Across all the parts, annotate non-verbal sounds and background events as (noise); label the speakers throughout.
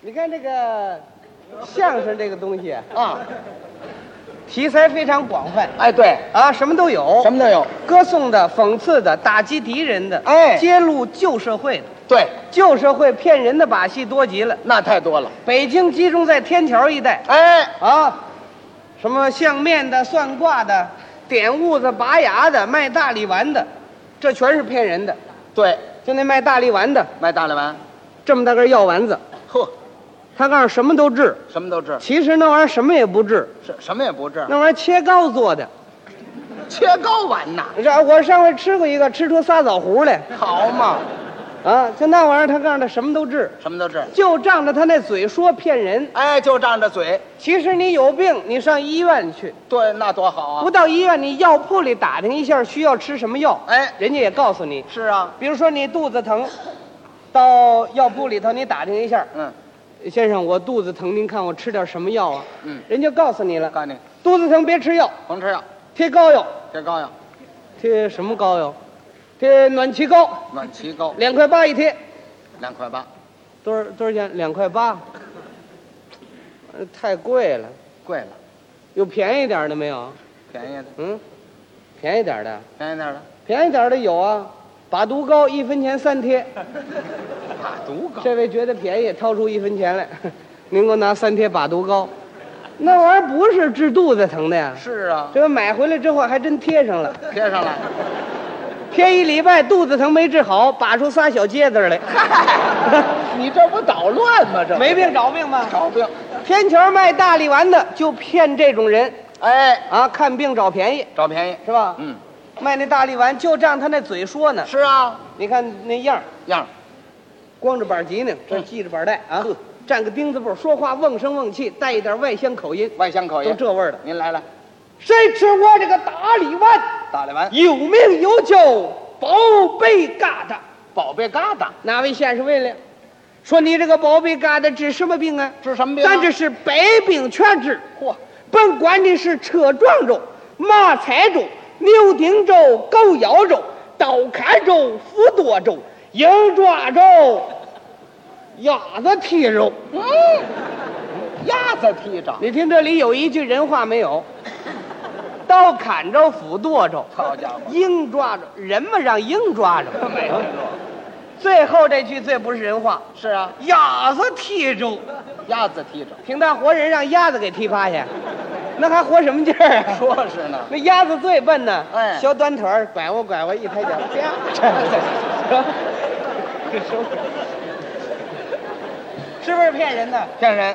Speaker 1: 你看这个相声这个东西啊，题材非常广泛
Speaker 2: 哎，对，
Speaker 1: 啊，什么都有，
Speaker 2: 什么都有。
Speaker 1: 歌颂的、讽刺的、打击敌人的，
Speaker 2: 哎
Speaker 1: 揭露旧社会的，
Speaker 2: 对，
Speaker 1: 旧社会骗人的把戏多极了。
Speaker 2: 那太多了。
Speaker 1: 北京集中在天桥一带
Speaker 2: 哎，
Speaker 1: 啊，什么相面的、算卦的、点痦子、拔牙的、卖大力丸的，这全是骗人的。
Speaker 2: 对，
Speaker 1: 就那卖大力丸的，
Speaker 2: 卖大力丸，
Speaker 1: 这么大根药丸子，
Speaker 2: 呵，
Speaker 1: 他告诉什么都治，
Speaker 2: 什么都治，
Speaker 1: 其实那玩意儿什么也不治，
Speaker 2: 什什么也不治，
Speaker 1: 那玩意儿切糕做的。
Speaker 2: 切糕丸呐，
Speaker 1: 你知道我上回吃过一个，吃出仨枣核来，
Speaker 2: 好嘛，
Speaker 1: 啊，就那玩意儿，他告诉他什么都治，
Speaker 2: 什么都治。
Speaker 1: 就仗着他那嘴说骗人。
Speaker 2: 哎，就仗着嘴，
Speaker 1: 其实你有病，你上医院去，
Speaker 2: 对，那多好啊
Speaker 1: 不。到医院，你药铺里打听一下需要吃什么药，
Speaker 2: 哎
Speaker 1: 人家也告诉你。
Speaker 2: 是啊，
Speaker 1: 比如说你肚子疼，到药铺里头你打听一下，
Speaker 2: 嗯，
Speaker 1: 先生，我肚子疼，您看我吃点什么药啊？
Speaker 2: 嗯
Speaker 1: 人家告诉你了，
Speaker 2: 告诉你，
Speaker 1: 肚子疼别吃药，
Speaker 2: 甭吃药，
Speaker 1: 贴膏药，
Speaker 2: 贴膏药，
Speaker 1: 贴什么膏药？贴暖气膏，
Speaker 2: 暖脐膏，
Speaker 1: 两块八一贴，
Speaker 2: 两块八，
Speaker 1: 多少多少钱？两块八，呃太贵了。
Speaker 2: 贵了，
Speaker 1: 有便宜点儿的没有？
Speaker 2: 便宜的，
Speaker 1: 嗯，便宜点儿的，
Speaker 2: 便宜点的，
Speaker 1: 便宜点儿的有啊。把毒膏一分钱三贴，
Speaker 2: 打毒膏，
Speaker 1: 这位觉得便宜，掏出一分钱来， (laughs) 您给我拿三贴把毒膏。那玩意儿不是治肚子疼的呀，
Speaker 2: 是啊，
Speaker 1: 这买回来之后还真贴上了，
Speaker 2: 贴上了，
Speaker 1: 贴一礼拜，肚子疼没治好，把出仨小疖子来，
Speaker 2: (laughs) 你这不捣乱吗？
Speaker 1: (laughs)
Speaker 2: 这
Speaker 1: 没病找病吧？
Speaker 2: 搞病，
Speaker 1: 天桥卖大力丸的就骗这种人
Speaker 2: 哎，
Speaker 1: 啊，看病找便宜
Speaker 2: 找便宜，
Speaker 1: 是吧？
Speaker 2: 嗯，
Speaker 1: 卖那大力丸就仗他那嘴说呢，
Speaker 2: 是啊，
Speaker 1: 你看那样儿，
Speaker 2: 样儿，
Speaker 1: 光着板脊呢，这系着板带啊
Speaker 2: 呵，
Speaker 1: 站个钉子步，说话瓮声瓮气，带一点外乡口音，
Speaker 2: 外乡口
Speaker 1: 都
Speaker 2: 音，
Speaker 1: 这味儿的。
Speaker 2: 您来来，
Speaker 1: 谁吃我这个大力丸？
Speaker 2: 打力丸，
Speaker 1: 有名有叫，宝贝疙瘩。
Speaker 2: 宝贝疙瘩，
Speaker 1: 哪位先生问了？说你这个宝贝疙瘩治什么病啊？
Speaker 2: 治什么病啊？
Speaker 1: 咱这是百病全治，
Speaker 2: 嚯，
Speaker 1: 甭管你是车撞肉、马踩肉、牛顶肉、狗腰肉、刀砍肉、斧剁肉、鹰爪肉、鸭子蹄肉。
Speaker 2: 嗯，鸭子踢着，
Speaker 1: 你听这里有一句人话没 (laughs) 有？刀砍着，斧剁着，
Speaker 2: 好家伙，
Speaker 1: 鹰抓着，人嘛让鹰抓着。
Speaker 2: 没听说，
Speaker 1: 最后这句最不是人话，
Speaker 2: 是啊，
Speaker 1: 鸭子踢着，
Speaker 2: 鸭子踢着，
Speaker 1: 挺大活人让鸭子给踢趴下，那还活什么劲儿啊？
Speaker 2: 说是呢，
Speaker 1: 那鸭子最笨呢，
Speaker 2: 哎
Speaker 1: 小短腿儿拐弯拐弯一抬脚，啪， (laughs) 是不是骗人的？
Speaker 2: 骗人，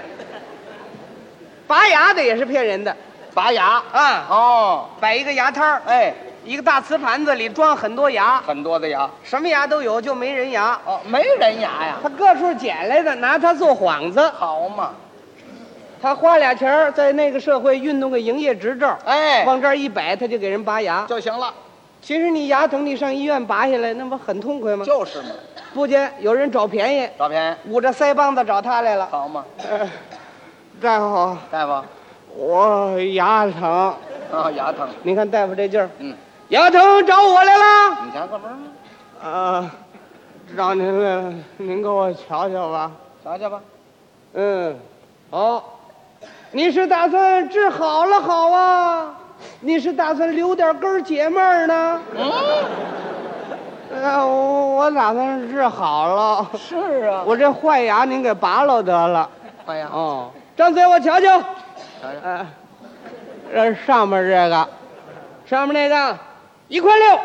Speaker 1: 拔牙的也是骗人的
Speaker 2: 拔牙，
Speaker 1: 啊！
Speaker 2: 哦，
Speaker 1: 摆一个牙摊儿，
Speaker 2: 哎，
Speaker 1: 一个大瓷盘子里装很多牙，
Speaker 2: 很多的牙，
Speaker 1: 什么牙都有，就没人牙。
Speaker 2: 哦，没人牙呀，
Speaker 1: 他各处捡来的，拿它做幌子。
Speaker 2: 好嘛，
Speaker 1: 他花俩钱儿在那个社会运动个营业执照，
Speaker 2: 哎，
Speaker 1: 往这儿一摆，他就给人拔牙。
Speaker 2: 就行了，
Speaker 1: 其实你牙疼，你上医院拔下来，那不很痛快吗？
Speaker 2: 就是嘛，
Speaker 1: 不仅有人找便宜，
Speaker 2: 找便宜，
Speaker 1: 捂着腮帮子找他来了。
Speaker 2: 好嘛，
Speaker 1: 呃大夫，
Speaker 2: 大夫，
Speaker 1: 我牙疼。
Speaker 2: 啊，牙疼，
Speaker 1: 你看大夫这劲儿，
Speaker 2: 嗯，
Speaker 1: 牙疼找我来了。
Speaker 2: 你瞧可不是吗？
Speaker 1: 呃，找您来了，您给我瞧瞧吧。
Speaker 2: 瞧瞧吧，
Speaker 1: 嗯，好。你是打算治好了好啊？你是打算留点根儿解闷儿呢？
Speaker 2: 嗯，
Speaker 1: 呃，我我打算治好了，
Speaker 2: 是啊，
Speaker 1: 我这坏牙您给拔了得了。
Speaker 2: 哎呀，
Speaker 1: 哦，张嘴我瞧瞧。
Speaker 2: 瞧瞧，
Speaker 1: 呃，这上面这个，上面那个一块六，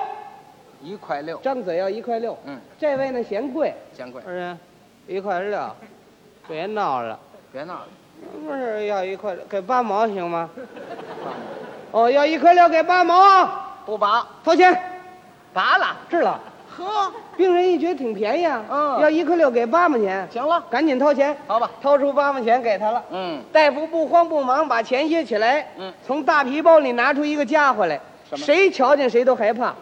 Speaker 2: 一块六，
Speaker 1: 张嘴要一块六。
Speaker 2: 嗯，
Speaker 1: 这位呢嫌贵，
Speaker 2: 嫌贵
Speaker 1: 不，是，一块六，别闹了，
Speaker 2: 别闹了，
Speaker 1: 不是要一块六，给八毛行吗？哦，要一块六给八毛啊，
Speaker 2: 不拔，
Speaker 1: 掏钱，
Speaker 2: 拔了，
Speaker 1: 治了。
Speaker 2: 呵，
Speaker 1: 病人一觉得挺便宜啊，
Speaker 2: 嗯
Speaker 1: 要一块六给八毛钱，
Speaker 2: 行了，
Speaker 1: 赶紧掏钱，
Speaker 2: 好吧，
Speaker 1: 掏出八毛钱给他了。
Speaker 2: 嗯，
Speaker 1: 大夫不慌不忙把钱掖起来，
Speaker 2: 嗯
Speaker 1: 从大皮包里拿出一个家伙来，
Speaker 2: 什么
Speaker 1: 谁瞧见谁都害怕，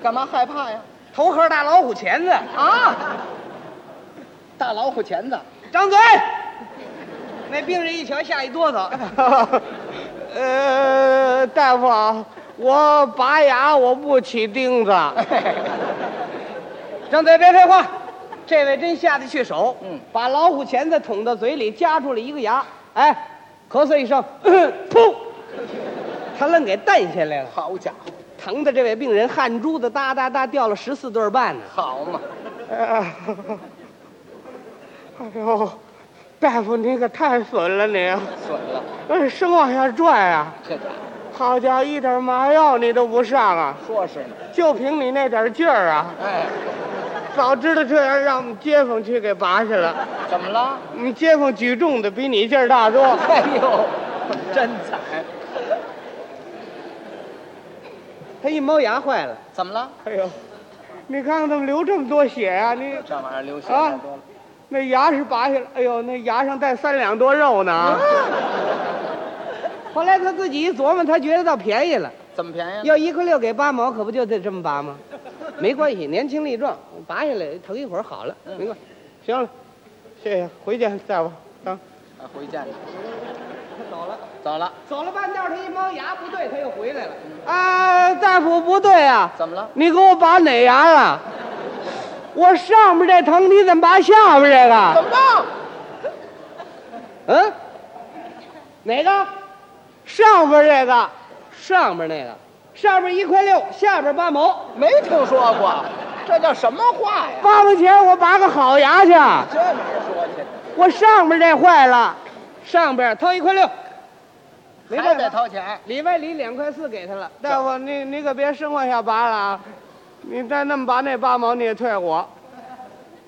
Speaker 2: 干嘛害怕呀？
Speaker 1: 头壳大老虎钳子，
Speaker 2: 啊，大老虎钳子，
Speaker 1: 张嘴。那病人一瞧吓一哆嗦， (laughs) 呃，大夫啊，我拔牙我不起钉子，张嘴别废话，这位真下得去手，
Speaker 2: 嗯，
Speaker 1: 把老虎钳子捅到嘴里，夹住了一个牙，哎，咳嗽一声， (clears throat) 噗，他愣给淡下来了，
Speaker 2: 好家伙，
Speaker 1: 疼的这位病人汗珠子哒哒哒掉了十四对儿半呢。
Speaker 2: 好嘛，
Speaker 1: 哎呦，大夫你可太损了啊哎你，
Speaker 2: 损了，
Speaker 1: 生往下拽啊！
Speaker 2: 这家伙
Speaker 1: 好家伙，一点麻药你都不上啊！
Speaker 2: 说是呢，
Speaker 1: 就凭你那点劲儿啊！
Speaker 2: 哎，
Speaker 1: 早知道这样，让我们街坊去给拔去了。
Speaker 2: 怎么了？
Speaker 1: 我们街坊举重的比你劲儿大 (laughs) 多。
Speaker 2: 哎呦，真惨，
Speaker 1: 他一猫牙坏了。
Speaker 2: 怎么了？
Speaker 1: 哎呦，你看看怎么流这么多血呀、你
Speaker 2: 这玩意儿流血太多了，
Speaker 1: 那牙是拔下来，哎呦，那牙上带三两多肉呢。啊后来他自己一琢磨，他觉得倒便宜了，
Speaker 2: 怎么便宜了？
Speaker 1: 要一块六给八毛，可不就得这么拔吗？没关系，年轻力壮，拔下来疼一会儿好了，没关系。行了，谢谢，回见，大夫。啊，
Speaker 2: 啊，回见了，
Speaker 1: 走了。
Speaker 2: 走了，
Speaker 1: 走了半道儿，他一猫牙不对，他又回来了。啊，大夫不对啊，
Speaker 2: 怎么了？
Speaker 1: 你给我拔哪牙了？我上面这疼，你怎么拔下面这
Speaker 2: 怎
Speaker 1: 个？
Speaker 2: 么着？
Speaker 1: 嗯，哪个？上边这个，上边那个，上边一块六，下边八毛，
Speaker 2: 没听说过，这叫什么话呀？
Speaker 1: 八毛钱我拔个好牙去。
Speaker 2: 这哪儿说去？
Speaker 1: 我上边这坏了，上边掏一块六，没
Speaker 2: 还
Speaker 1: 办
Speaker 2: 得
Speaker 1: 法。
Speaker 2: 掏钱，
Speaker 1: 里外里两块四给他了，大夫，你你可别生往下拔了啊！你再那么拔那八毛你也退我。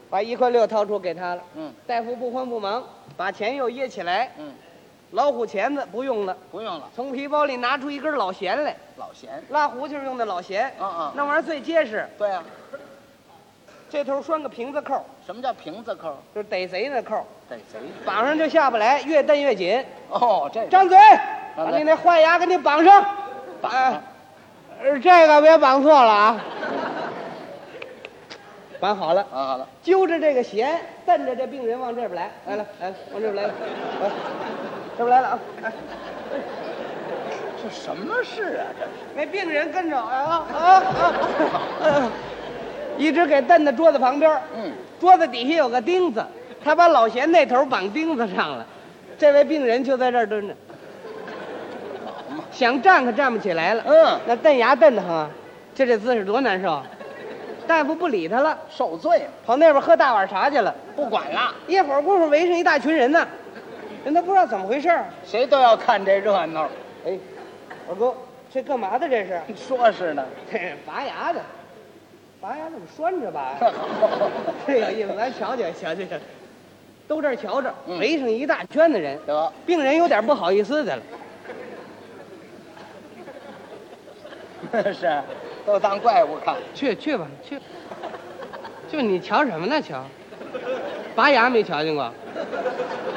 Speaker 1: 把一块六掏出给他了。
Speaker 2: 嗯
Speaker 1: 大夫不慌不忙，把钱又掖起来。
Speaker 2: 嗯，
Speaker 1: 老虎钳子不用了，
Speaker 2: 不用了，
Speaker 1: 从皮包里拿出一根老弦来，
Speaker 2: 老闲。
Speaker 1: 拉胡琴用的老弦。
Speaker 2: 嗯嗯
Speaker 1: 那玩意儿最结实，
Speaker 2: 对呀、
Speaker 1: 这头拴个瓶子扣，
Speaker 2: 什么叫瓶子扣？
Speaker 1: 就是逮贼那扣，
Speaker 2: 逮贼。
Speaker 1: 绑上就下不来，越蹬越紧。
Speaker 2: 哦，这
Speaker 1: 张嘴，
Speaker 2: 张
Speaker 1: 把
Speaker 2: 嘴
Speaker 1: 你那坏牙给你绑上。
Speaker 2: 绑
Speaker 1: 哎呃，这个别绑错了啊！绑好了，
Speaker 2: 啊，好了，
Speaker 1: 揪着这个弦，蹬着这病人往这边来，来了，来了，往这边来了，来，这边来了啊！哎
Speaker 2: 这什么事啊？这是
Speaker 1: 那病人跟着啊啊啊！啊一直给蹬到桌子旁边儿，
Speaker 2: 嗯，
Speaker 1: 桌子底下有个钉子，他把老弦那头绑钉子上了，这位病人就在这儿蹲着，想站可站不起来了。
Speaker 2: 嗯，
Speaker 1: 那瞪牙瞪得很啊，就这姿势多难受啊。大夫不理他了，
Speaker 2: 受罪了，
Speaker 1: 跑那边喝大碗茶去了。
Speaker 2: 不管了，
Speaker 1: 一会儿功夫围上一大群人呢，人都不知道怎么回事儿。
Speaker 2: 谁都要看这热闹。
Speaker 1: 哎，二哥，这干嘛的这是？
Speaker 2: 说是呢， (laughs)
Speaker 1: 嘿拔牙的，拔牙怎么拴着拔呀？
Speaker 2: 得
Speaker 1: 这有意思，咱瞧瞧瞧瞧瞧，都这儿瞧着，围上一大圈的人，病人有点不好意思的了。
Speaker 2: (laughs) 是，都当怪物看。
Speaker 1: 去去吧，去。就你瞧什么呢？瞧，拔牙没瞧见过？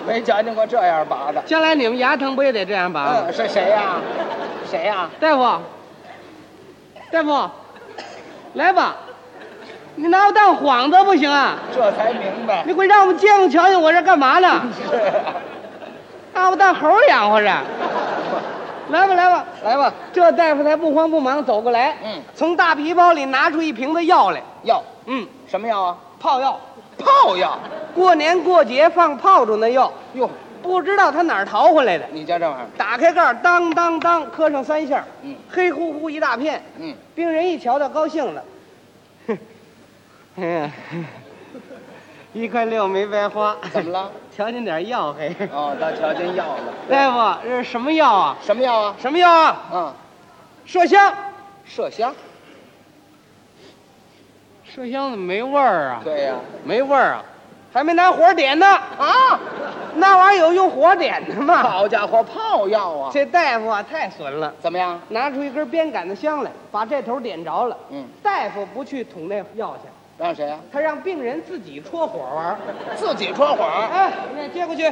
Speaker 2: 没瞧见过这样拔的。
Speaker 1: 将来你们牙疼不也得这样拔吗？
Speaker 2: 嗯，是谁呀、谁呀、
Speaker 1: 大夫，大夫，来吧，你拿我当幌子不行啊！
Speaker 2: 这才明 (laughs) 白。
Speaker 1: 你给我让我们街坊瞧瞧我这干嘛呢？
Speaker 2: 是啊，
Speaker 1: 拿我当猴儿养活着。来吧，来吧，来吧！这大夫才不慌不忙走过来，
Speaker 2: 嗯，
Speaker 1: 从大皮包里拿出一瓶子药来，
Speaker 2: 药
Speaker 1: 嗯，
Speaker 2: 什么药啊？
Speaker 1: 泡药，
Speaker 2: 炮药。
Speaker 1: 过年过节放炮竹那药，
Speaker 2: 哟，
Speaker 1: 不知道他哪儿淘回来的。
Speaker 2: 你家这玩意儿，
Speaker 1: 打开盖儿，当当当，磕上三下，
Speaker 2: 嗯，
Speaker 1: 黑乎乎一大片，
Speaker 2: 嗯，
Speaker 1: 病人一瞧，他高兴了。哎呀，一块六没白花。
Speaker 2: 怎么了？
Speaker 1: 瞧您点药嘿。
Speaker 2: (laughs) 哦，倒瞧见药了。
Speaker 1: 大夫，这是什么药啊？
Speaker 2: 什么药啊？
Speaker 1: 什么药啊？
Speaker 2: 啊，
Speaker 1: 麝香。
Speaker 2: 麝香。
Speaker 1: 麝香怎么没味儿啊？
Speaker 2: 对呀、
Speaker 1: 没味儿啊，还没拿火点呢。
Speaker 2: 啊。
Speaker 1: 那玩意儿有用火点的吗？
Speaker 2: 好家伙，炮药啊！
Speaker 1: 这大夫啊，太损了，
Speaker 2: 怎么样？
Speaker 1: 拿出一根鞭杆子香来，把这头点着了。
Speaker 2: 嗯，
Speaker 1: 大夫不去捅那药去，
Speaker 2: 让谁啊？
Speaker 1: 他让病人自己戳火玩儿。
Speaker 2: 自己戳火儿。
Speaker 1: 哎，那接过去，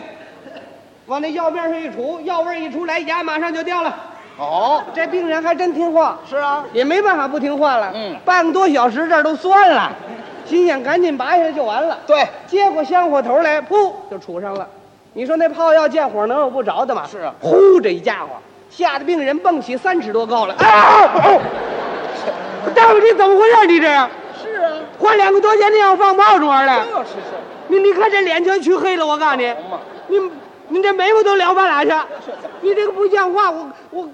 Speaker 1: 往那药面上一杵，药味儿一出来，牙马上就掉了。
Speaker 2: 哦，
Speaker 1: 这病人还真听话，
Speaker 2: 是啊，
Speaker 1: 也没办法不听话了。
Speaker 2: 嗯
Speaker 1: 半个多小时这儿都酸了，心想赶紧拔下来就完了。
Speaker 2: 对，
Speaker 1: 接过香火头来，噗就杵上了。你说那炮药见火能有不着的吗？
Speaker 2: 是啊
Speaker 1: 呼，这一家伙吓得病人蹦起
Speaker 2: (laughs)
Speaker 1: 三尺多高了。啊！哦大夫，你怎么回事？你这样？
Speaker 2: 是啊，
Speaker 1: 花两个多钱，你让我放炮竹玩
Speaker 2: 真
Speaker 1: 了？
Speaker 2: 有是事。
Speaker 1: 你你看这脸全黢黑了，我告诉你
Speaker 2: 红嘛，
Speaker 1: 你你这眉毛都撩半拉去，你这个不像话，我我，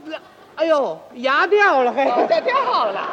Speaker 1: 哎呦，牙掉了还。
Speaker 2: 啊这挺好了。